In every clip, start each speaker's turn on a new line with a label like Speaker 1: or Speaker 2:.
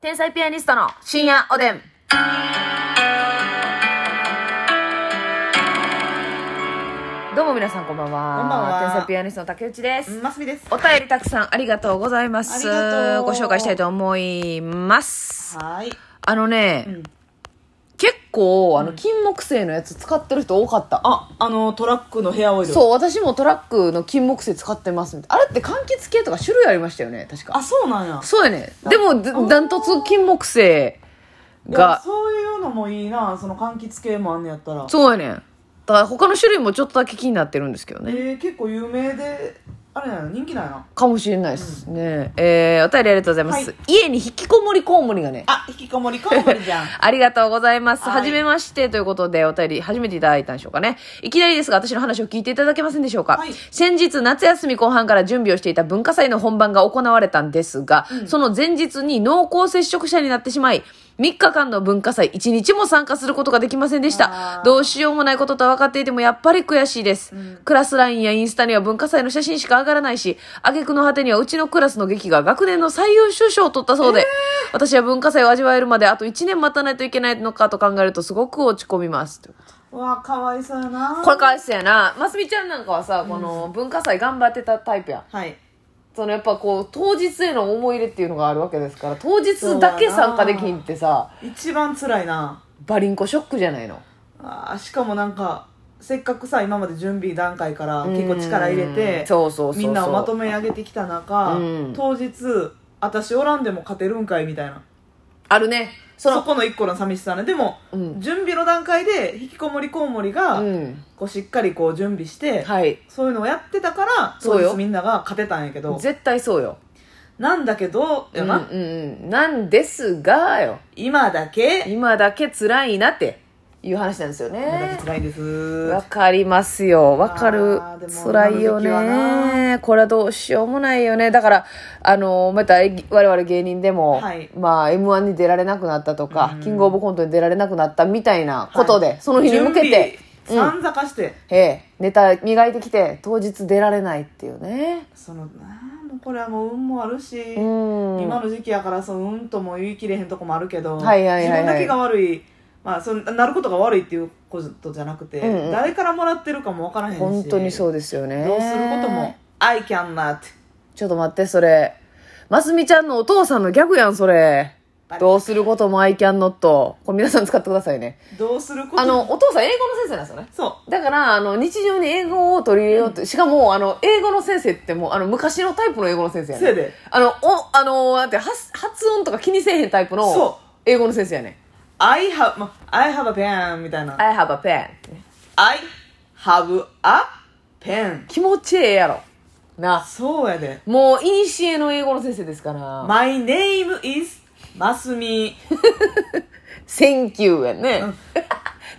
Speaker 1: 天才ピアニストの深夜おでん。どうも皆さんこんばんは。
Speaker 2: こんばんは
Speaker 1: 天才ピアニストの竹内です。
Speaker 2: マスミです。
Speaker 1: お便りたくさんありがとうございます。
Speaker 2: ありがとう
Speaker 1: ご紹介したいと思います。
Speaker 2: はーい。
Speaker 1: あのね、
Speaker 2: ん
Speaker 1: 結構、あの、金木犀のやつ使ってる人多かった。
Speaker 2: あ、あの、トラックのヘアオイル。う。
Speaker 1: そう、私もトラックの金木犀使ってますみたいな。あれって柑橘系とか種類ありましたよね、確か
Speaker 2: あ、。そうなんや。
Speaker 1: そうやね。
Speaker 2: あ
Speaker 1: でも、ずダントツ金木犀
Speaker 2: いや
Speaker 1: が、
Speaker 2: そういうのもいいな。その柑橘系もあんねやったら。
Speaker 1: そうやねん。だから他の種類もちょっとだけ気になってるんですけどね。
Speaker 2: えー、結構有名で、あれなの人気なんやな。
Speaker 1: かもしれないですね。えー、お便りありがとうございます。
Speaker 2: は
Speaker 1: 家に引きこもりコウモリがね。
Speaker 2: あ、引きこもりこもりじゃん。
Speaker 1: ありがとうございます。
Speaker 2: はい
Speaker 1: はじめましてということで、お便り、初めていただいたんでしょうかね。いきなりですが、私の話を聞いていただけませんでしょうか。
Speaker 2: はい
Speaker 1: 先日、夏休み後半から準備をしていた文化祭の本番が行われたんですが、その前日に濃厚接触者になってしまい、3日間の文化祭、1日も参加することができませんでし
Speaker 2: あ
Speaker 1: た。
Speaker 2: ー
Speaker 1: どうしようもないことと分かっていても、やっぱり悔しいです。クラスラインやインスタには文化祭の写真しか上がらないし、挙句の果てにはうちのクラスの劇が学年の最優秀賞を取ったそうで、私は文化祭を味わえるまであと1年待たないといけないのかと考えるとすごく落ち込みます。
Speaker 2: うわ、かわいそうやな。
Speaker 1: これかわいそうやな。ますみちゃんなんかはさ、この文化祭頑張ってたタイプやん。
Speaker 2: はい。
Speaker 1: そのやっぱこう、当日への思い入れっていうのがあるわけですから、当日だけ参加できひんってさ、
Speaker 2: 一番辛いな。
Speaker 1: バリンコショックじゃないの。
Speaker 2: あーしかもなんか、せっかくさ、今まで準備段階から結構力入れ
Speaker 1: うん
Speaker 2: て、
Speaker 1: そうそうそうそう
Speaker 2: みんなをまとめ上げてきた中
Speaker 1: うん、
Speaker 2: 当日、私おらんでも勝てるんかいみたいな。
Speaker 1: あるね。そ
Speaker 2: そ
Speaker 1: の、
Speaker 2: この一個の寂しさねでも、
Speaker 1: うん
Speaker 2: 準備の段階で引きこもりこうもりが、
Speaker 1: うん。
Speaker 2: こうしっかりこう準備して、
Speaker 1: はい。
Speaker 2: そういうのをやってたから
Speaker 1: そうよ
Speaker 2: 当日みんなが勝てたんやけど
Speaker 1: 絶対そうよ。
Speaker 2: なんだけどやな、
Speaker 1: うんうんうん。なんですが、よ。
Speaker 2: 今だけ
Speaker 1: 今だけ辛いなっていう話なんですよ
Speaker 2: 今だけ
Speaker 1: ね。
Speaker 2: 辛いんです
Speaker 1: わかりますよ。わかる
Speaker 2: あーで。も
Speaker 1: 辛いよ
Speaker 2: 今の時期は
Speaker 1: ね。これはどうしようもないよね。だから、あの、また、え我々芸人でも、
Speaker 2: はい
Speaker 1: まあ、M1 に出られなくなったとか、キングオブコントに出られなくなったみたいなことで、
Speaker 2: はい
Speaker 1: その日に向けて、
Speaker 2: 準備さんざかして、
Speaker 1: ええ、ネタ磨いてきて、当日出られないっていうね。
Speaker 2: そのなあもうこれはもう運もあるし、
Speaker 1: うん。
Speaker 2: 今の時期やからその運とも言い切れへんとこもあるけど、
Speaker 1: はいはいはいはい
Speaker 2: 自分だけが悪いまあ、そのなることが悪いっていうことじゃなくて、
Speaker 1: うんうん
Speaker 2: 誰からもらってるかもわからへんし
Speaker 1: 本当にそうですよね。
Speaker 2: どうすることも。I can not
Speaker 1: ちょっと待って、それ。ますみちゃんのお父さんのギャグやん、それ。どうすることも I can not. これ皆さん使ってくださいね。
Speaker 2: どうすること
Speaker 1: あの、お父さん英語の先生なんですよね。
Speaker 2: そ
Speaker 1: だから、あの、日常に英語を取り入れようと、しかも、あの、英語の先生ってもう、あの、昔のタイプの英語の先生
Speaker 2: う
Speaker 1: や
Speaker 2: せい
Speaker 1: ね。
Speaker 2: で
Speaker 1: あの、お、あの、なんて、発発音とか気にせえへんタイプの
Speaker 2: そ、
Speaker 1: 英語の先生やね。
Speaker 2: I have ま I have a pen みたいな
Speaker 1: I have a pen.
Speaker 2: I have a pen
Speaker 1: 気持ちええやろ。な。
Speaker 2: そうやで
Speaker 1: もう、いにしえの英語の先生ですから。
Speaker 2: My name is ますみ
Speaker 1: Thank you やね。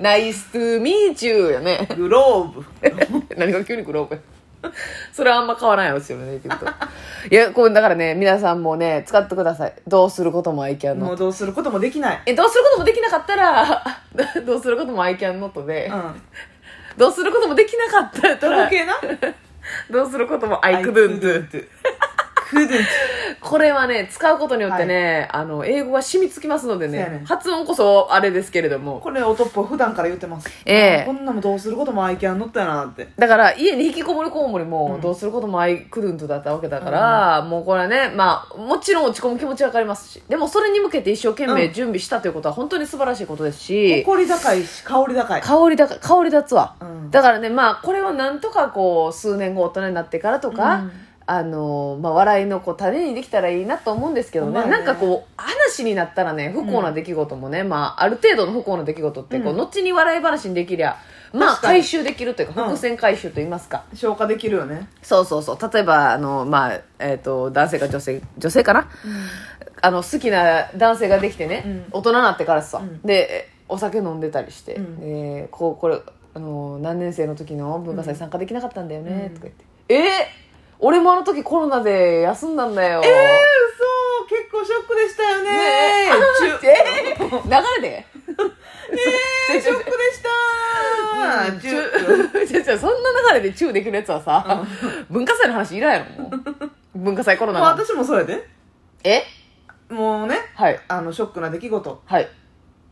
Speaker 1: nice to meet you や ね。
Speaker 2: グロ ーブ
Speaker 1: 何が急にグローブやそれはあんま変わらないですよねっていうこといやこうだからね皆さんもね使ってくださいどうすることも I can
Speaker 2: も
Speaker 1: not
Speaker 2: うどうすることもできない
Speaker 1: えどうすることもできなかったら どうすることも I can not で、
Speaker 2: うん
Speaker 1: どうすることもできなかったら
Speaker 2: 余計な
Speaker 1: どうすることも I couldn't do
Speaker 2: couldn't
Speaker 1: これはね使うことによってね、あの英語が染みつきますので
Speaker 2: そうや
Speaker 1: ね
Speaker 2: ね
Speaker 1: 発音こそあれですけれども
Speaker 2: これ音っぽい普段から言ってます
Speaker 1: ええ
Speaker 2: こんなもどうすることも I can not やなって
Speaker 1: だから家に引きこもりこもりもどうすることもアイクルントだったわけだから、もうこれはね、まあ、もちろん落ち込む気持ちわかりますしでもそれに向けて一生懸命
Speaker 2: うん
Speaker 1: 準備したということは本当に素晴らしいことですし、
Speaker 2: 誇り高いし香り高い
Speaker 1: 香りだか香り立つわ、
Speaker 2: うん
Speaker 1: だからねまあこれはなんとかこう数年後大人になってからとか、
Speaker 2: うん
Speaker 1: あのまあ、笑いのこう種にできたらいいなと思うんですけどね,、
Speaker 2: まあね
Speaker 1: なんかこう話になったらね不幸な出来事もね、まあ、ある程度の不幸な出来事ってこう、
Speaker 2: うん
Speaker 1: 後に笑い話にできりゃまあ
Speaker 2: 確かに
Speaker 1: 回収できるというか
Speaker 2: うん
Speaker 1: 伏線回収といいますか、
Speaker 2: 消化できるよね
Speaker 1: そうそうそう例えばあの、まあえー、と男性か女性女性かな、あの好きな男性ができてね、
Speaker 2: うん
Speaker 1: 大人になってからさ、
Speaker 2: うん
Speaker 1: でえお酒飲んでたりして、
Speaker 2: うん
Speaker 1: でこうこれあの何年生の時の文化祭参加できなかったんだよね、
Speaker 2: うん
Speaker 1: とか言って「えー俺もあの時コロナで休んだんだよ」
Speaker 2: そう結構ショックでしたよね
Speaker 1: ねええ
Speaker 2: 中
Speaker 1: ー流れで
Speaker 2: えー ショックでしたー
Speaker 1: うん
Speaker 2: 中
Speaker 1: チュー 違う違うそんな流れでチューできるやつはさ、 文化 祭の話いらんやろもう文化祭コロナ
Speaker 2: まあ
Speaker 1: の
Speaker 2: 私もそうやで
Speaker 1: え
Speaker 2: もうね
Speaker 1: はい
Speaker 2: あのショックな出来事
Speaker 1: はい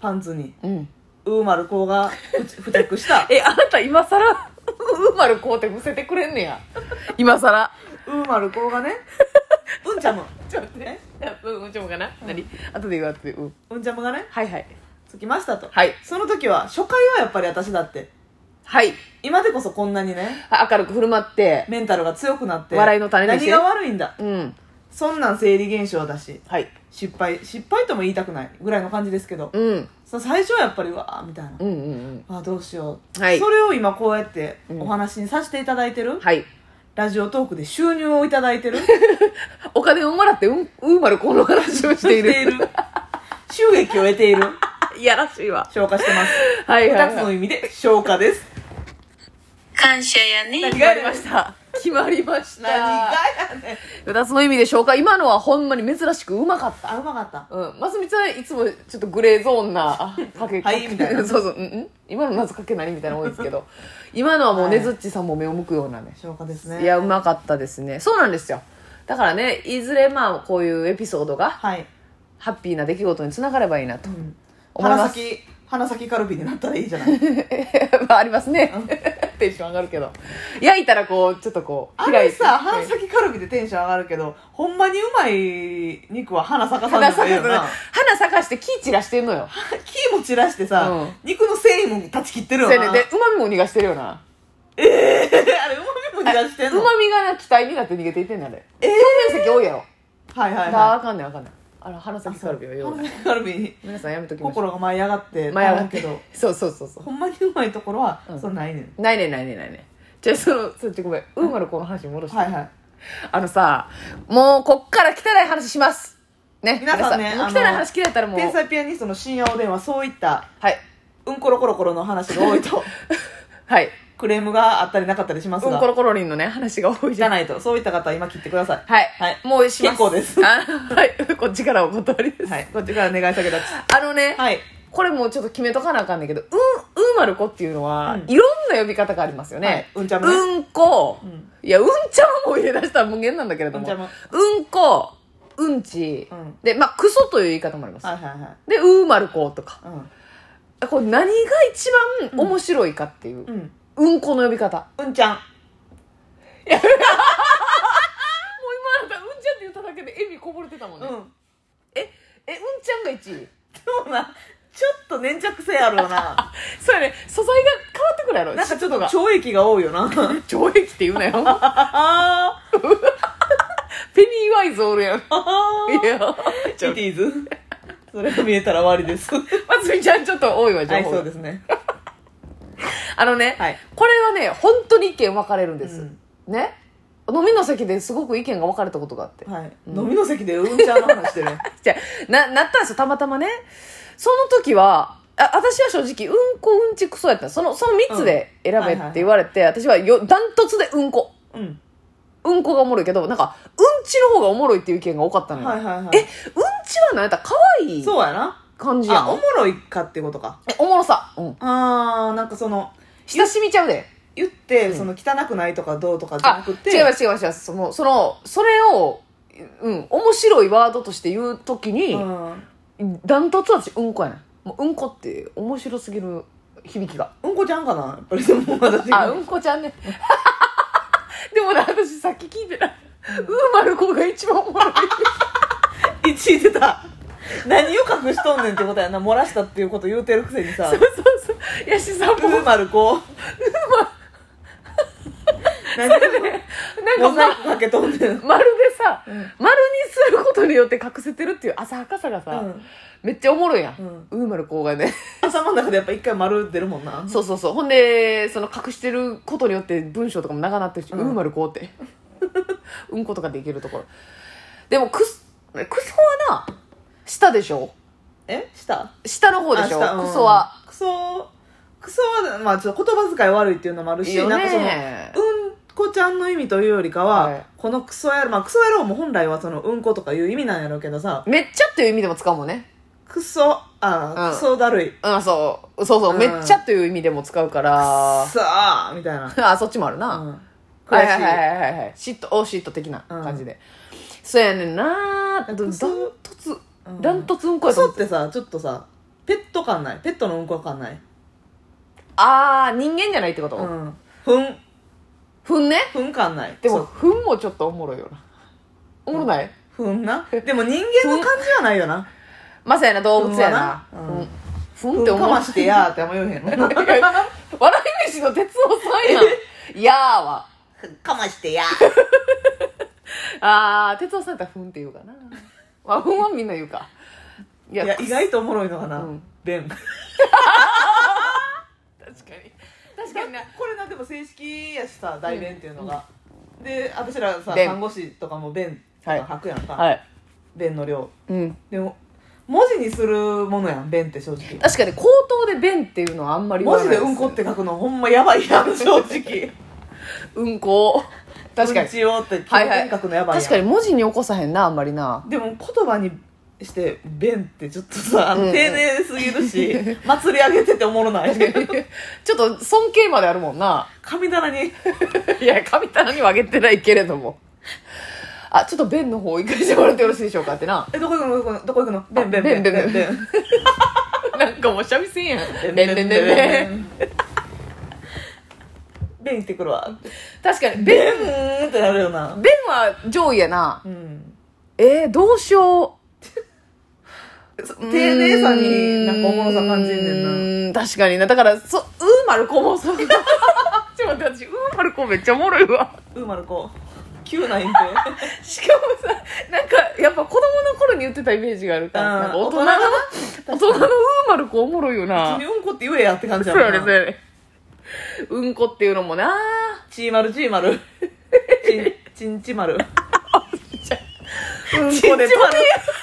Speaker 2: パンツに
Speaker 1: うん
Speaker 2: ウーマルコが 付付着した
Speaker 1: えあなた今さ らうまるこうてむせてくれんねや今さら
Speaker 2: ウーマルコ がねうんちゃむ
Speaker 1: ちょっと待ってうんうんちょもかな、何後で言う後でうん
Speaker 2: うんちゃむがね
Speaker 1: はいはい
Speaker 2: つきましたと、
Speaker 1: はい
Speaker 2: その時は初回はやっぱり私だって
Speaker 1: はい
Speaker 2: 今でこそこんなにね
Speaker 1: あ明るく振る舞って
Speaker 2: メンタルが強くなって
Speaker 1: 笑いの種にして
Speaker 2: 何が悪いんだ
Speaker 1: うん
Speaker 2: そんなん生理現象だし
Speaker 1: はい
Speaker 2: 失敗失敗とも言いたくないぐらいの感じですけど、
Speaker 1: うん
Speaker 2: その最初はやっぱりうわーみたいな、
Speaker 1: うんうん
Speaker 2: あどうしよう、
Speaker 1: はい
Speaker 2: それを今こうやって
Speaker 1: うん
Speaker 2: お話にさせていただいてる、
Speaker 1: うんはい
Speaker 2: ラジオトークで収入をいただい てる
Speaker 1: お金をもらってうんうんまるこの話をしている
Speaker 2: 収益を得ている
Speaker 1: いやらしい わ
Speaker 2: 消化してます
Speaker 1: はいはい、
Speaker 2: 2つ
Speaker 1: は
Speaker 2: の
Speaker 1: い、
Speaker 2: 意味で消 化です
Speaker 3: 感謝やね
Speaker 1: 決まりました決まりました
Speaker 2: 何がやねん
Speaker 1: 2つの意味でしょうか今のはほんまに珍しくうまかった
Speaker 2: あうまかった
Speaker 1: うんますみちゃんいつもちょっとグレーゾーンなかけ
Speaker 2: はいみたいな
Speaker 1: そうそう、うんうん、今の謎かけ何みたいなの多いですけど今のはもう
Speaker 2: はい
Speaker 1: ねずっちさんも目を向くようなね
Speaker 2: 消化ですね
Speaker 1: いやうまかったですねそうなんですよだからねいずれまあこういうエピソードが
Speaker 2: はい、
Speaker 1: ハッピーな出来事につながればいいなと
Speaker 2: うん
Speaker 1: 思い
Speaker 2: 鼻
Speaker 1: ます
Speaker 2: 先鼻先カルビになったらいいじゃない
Speaker 1: ま あありますね テンション上がるけど焼いたらこうちょっとこう
Speaker 2: あれさ
Speaker 1: 開
Speaker 2: 鼻
Speaker 1: いて
Speaker 2: 先カルビでテンション上がるけどほんまにうまい肉は鼻咲かさん
Speaker 1: 花
Speaker 2: で
Speaker 1: 咲
Speaker 2: も
Speaker 1: か
Speaker 2: ええよ
Speaker 1: せ
Speaker 2: な
Speaker 1: 花咲かして木散らしてんのよ
Speaker 2: 木も散らしてさ、
Speaker 1: うん
Speaker 2: 肉の繊維も断ち切ってるよ
Speaker 1: それ
Speaker 2: な
Speaker 1: でうまみも逃がしてるよな
Speaker 2: あれうまみも散らしてん
Speaker 1: う
Speaker 2: の
Speaker 1: まみがな気体になって逃げていってんねんあれ
Speaker 2: えー
Speaker 1: 表面積多いやろ
Speaker 2: はいはい
Speaker 1: あ
Speaker 2: は
Speaker 1: あかんねんあかんねんあら鼻
Speaker 2: い
Speaker 1: 先カルビはよう
Speaker 2: 鼻先カルビに
Speaker 1: 皆さんやめときましょう
Speaker 2: 心が舞い上がって
Speaker 1: 前上がっ
Speaker 2: け
Speaker 1: て
Speaker 2: ど
Speaker 1: そうそうそうそ
Speaker 2: ほんまにうまいところは、
Speaker 1: うん
Speaker 2: そうないねん
Speaker 1: うないねんないねんないねんじゃあそのそっちょごめんウーマのこの話に戻して、
Speaker 2: はいはい
Speaker 1: あのさもうこっから汚い話しますね
Speaker 2: 皆さん ね
Speaker 1: 皆さんもう汚い
Speaker 2: あの
Speaker 1: 話嫌いやったらもう
Speaker 2: 天才ピアニストの深夜おでんはそういった
Speaker 1: はい
Speaker 2: うんころころころの話が多いと
Speaker 1: はい
Speaker 2: クレームがあったりなかったりします
Speaker 1: うん
Speaker 2: が、
Speaker 1: ころころりんのね話が多いじ
Speaker 2: じ
Speaker 1: ゃ
Speaker 2: ゃ
Speaker 1: ない
Speaker 2: ないとそういった方は今切ってください
Speaker 1: はい、
Speaker 2: はい
Speaker 1: もうします
Speaker 2: 結構です
Speaker 1: あはいこっちからお断りです、
Speaker 2: はいこっちから願い下げだち
Speaker 1: あのね、
Speaker 2: はい
Speaker 1: これもうちょっと決めとかなあかんねんけど、うん、うんまる子っていうのは、
Speaker 2: うん
Speaker 1: いろんな呼び方がありますよね。
Speaker 2: はいうんちゃむね
Speaker 1: うんこ、
Speaker 2: ん
Speaker 1: いや、うんちゃむも入れ出したら無限なんだけれども。
Speaker 2: うんちゃむ
Speaker 1: うんこ、うんち、
Speaker 2: うん
Speaker 1: で、まあ、クソという言い方もあります。
Speaker 2: はいはいは
Speaker 1: で、うんまる子とか。
Speaker 2: いうん
Speaker 1: これ何が一番面白いかっていう、
Speaker 2: うん
Speaker 1: うん、この呼び方。
Speaker 2: うんちゃん
Speaker 1: もう今あなた、うんちゃんって言っただけで、エビこぼれてたもん
Speaker 2: うん
Speaker 1: え、え、うんちゃんが1位
Speaker 2: そうなちょっと粘着性ある よな
Speaker 1: そうやね、素材が変わってくるやろ。
Speaker 2: なんかちょっ
Speaker 1: 湿度
Speaker 2: と
Speaker 1: が
Speaker 2: 懲役が多い よな
Speaker 1: 懲役って言うなよ。
Speaker 2: あー
Speaker 1: ペニーワイズおる やん。い
Speaker 2: あー
Speaker 1: や、
Speaker 2: ピティーズそれが見えたら終わりです は
Speaker 1: まつみちゃんちょっと多いわ、情
Speaker 2: い
Speaker 1: 報
Speaker 2: そう
Speaker 1: が
Speaker 2: で。すね
Speaker 1: あのね、
Speaker 2: はい
Speaker 1: これはね、本当に意見分かれるんです。
Speaker 2: うん
Speaker 1: ね飲みの席ですごく意見が分かれたことがあって。
Speaker 2: はい、
Speaker 1: うん
Speaker 2: 飲みの席でうんちゃんの話してる
Speaker 1: じゃあな、なったんですよ、たまたまね。その時は、あ私は正直、うんこ、うんち、くそやったのその、その3つで選べって言われて、私はよ、ダントツで うんこ。
Speaker 2: うん
Speaker 1: うんこがおもろいけど、なんか、うんちの方がおもろいっていう意見が多かったのよ。
Speaker 2: はいはいはい
Speaker 1: え、うんちはなんやったら可愛い
Speaker 2: そうやな
Speaker 1: 感じや
Speaker 2: あお
Speaker 1: ん
Speaker 2: も。ろいかってことか
Speaker 1: えおもろさ。うん。
Speaker 2: あーなんかその
Speaker 1: 親しみちゃうで。
Speaker 2: 言って、
Speaker 1: うん
Speaker 2: その汚くないとかどうとかじゃ
Speaker 1: あ
Speaker 2: なくて
Speaker 1: 違います違います違いますそのそのそれをうん面白いワードとして言うときに、
Speaker 2: うん
Speaker 1: ダントツ私うんこやねんもううんこって面白すぎる響きが
Speaker 2: うんこちゃんかなやっぱりでも私
Speaker 1: あうんこちゃんね でもな私さっき聞いてたうーまる子が一番おもろい
Speaker 2: 1位出た何を隠しとんねんってことやな漏らしたっていうこと言うてるくせにさ
Speaker 1: そうそうそうやしさんも
Speaker 2: うまるこ何
Speaker 1: な
Speaker 2: モ
Speaker 1: ん
Speaker 2: ザイ
Speaker 1: か
Speaker 2: クかけとんねん、うん、
Speaker 1: ままるでさ、丸にすることによって隠せてるっていう浅はかさがさ、めっちゃおもろいやん、うーまる子がね
Speaker 2: 頭の中でやっぱ一回丸出るもんな
Speaker 1: そうそうそうほんでその隠してることによって文章とかも長なってるし、う
Speaker 2: うん
Speaker 1: ん、まるこうって うんことかできるところでもくすくそはな下でしょ
Speaker 2: えした
Speaker 1: 下の方でしょ、
Speaker 2: あしたうん
Speaker 1: くそは
Speaker 2: クソクソはまあちょっと言葉遣い悪いっていうのもあるし
Speaker 1: いいよね
Speaker 2: なんかそのうんこちゃんの意味というよりかは、
Speaker 1: はい
Speaker 2: このクソ野郎まあクソ野郎も本来はそのうんことかいう意味なんやろうけどさ
Speaker 1: めっちゃっていう意味でも使うもんね
Speaker 2: クソあー、
Speaker 1: うん
Speaker 2: クソだるい
Speaker 1: うんそうそうそう、
Speaker 2: うん
Speaker 1: めっちゃっていう意味でも使うから
Speaker 2: さあみたいな、
Speaker 1: あそっちもある
Speaker 2: う
Speaker 1: な、
Speaker 2: ん、
Speaker 1: は
Speaker 2: 悔
Speaker 1: い
Speaker 2: しい,、
Speaker 1: はいはいはいはい嫉妬お嫉妬的な感じで、そうやねんな
Speaker 2: うん
Speaker 1: どどんとつ
Speaker 2: うん
Speaker 1: ダントツうんこやと
Speaker 2: 嘘
Speaker 1: 思っ
Speaker 2: っててさちょっとさペット感ないペットのうんこ感ない
Speaker 1: ああ人間じゃないってこと、
Speaker 2: うんふん
Speaker 1: ふんね
Speaker 2: ふん感ない
Speaker 1: で
Speaker 2: そ
Speaker 1: も
Speaker 2: う
Speaker 1: ふんもちょっとおもろいよなおもろない、
Speaker 2: ふんなでも人間の感じはないよな
Speaker 1: まさやな動物やな
Speaker 2: ふんはなうん
Speaker 1: ふんふん
Speaker 2: ふん
Speaker 1: って
Speaker 2: か
Speaker 1: 思
Speaker 2: ま
Speaker 1: わ
Speaker 2: してやーってあんま言 えへんの
Speaker 1: 笑い飯の哲夫さんや んいやーは
Speaker 2: かましてや
Speaker 1: あー哲夫さんやったらふんって言うかな、まあ、ふんはみんな言うかい
Speaker 2: ーいや意外とおもろいのか
Speaker 1: う
Speaker 2: なん便
Speaker 1: 確かに確かにな
Speaker 2: これなでも正式やしさ代弁っていうのが、で私らさ
Speaker 1: 弁
Speaker 2: 看護師とかも弁と
Speaker 1: はい
Speaker 2: か吐くやんか、
Speaker 1: はい
Speaker 2: 弁の量
Speaker 1: うん
Speaker 2: でも文字にするものやん弁って正直
Speaker 1: 確かに口頭で便っていうのはあんまり言わ
Speaker 2: 文
Speaker 1: ない
Speaker 2: 字でうんこって書くのほんまやばいやん正直
Speaker 1: うんこ確かに
Speaker 2: うんちをって基
Speaker 1: はい
Speaker 2: 本
Speaker 1: はい
Speaker 2: 弁書くのやばいやん、
Speaker 1: 確かに文字に起こさへんなあんまりな
Speaker 2: でも言葉にして弁ってちょっとさ
Speaker 1: うんうん
Speaker 2: 丁寧すぎるし、祭り上げてておもろない
Speaker 1: ちょっと尊敬まであるもんな
Speaker 2: 神棚に
Speaker 1: いや神棚にはあげてないけれどもあちょっと弁の方行かせてもらってよろしいでしょうかってな
Speaker 2: えどこ行くのどこ行くのどこ行くの弁弁
Speaker 1: 弁
Speaker 2: 弁
Speaker 1: 弁
Speaker 2: 弁
Speaker 1: 弁
Speaker 2: 弁弁
Speaker 1: なんかもう三味線やん
Speaker 2: 弁
Speaker 1: 弁
Speaker 2: 弁
Speaker 1: 弁弁
Speaker 2: 弁
Speaker 1: 弁
Speaker 2: 弁行ってくるわ
Speaker 1: 確かに
Speaker 2: 弁
Speaker 1: 弁
Speaker 2: ってなるよな
Speaker 1: 弁は上位やな
Speaker 2: うん
Speaker 1: えー、どうしよ
Speaker 2: 丁
Speaker 1: う
Speaker 2: 寧さになんかおもろさ感じんね
Speaker 1: うんー
Speaker 2: な
Speaker 1: ん確かになだからそうーまる子もさ ちょっと待って私うーまる子めっちゃおもろいわ
Speaker 2: うーまる子急なイン
Speaker 1: しかもさなんかやっぱ子供の頃に言ってたイメージがあるから、
Speaker 2: うん
Speaker 1: なんか大人の大人のうーまる子おもろいよな
Speaker 2: テうんこって言えやって感じ
Speaker 1: そ
Speaker 2: や
Speaker 1: うやね
Speaker 2: もんな
Speaker 1: そうやねうんこっていうのもな
Speaker 2: ちーまるちーまる ちんちんちまるうんこ
Speaker 1: ちん
Speaker 2: で
Speaker 1: ちまる
Speaker 2: た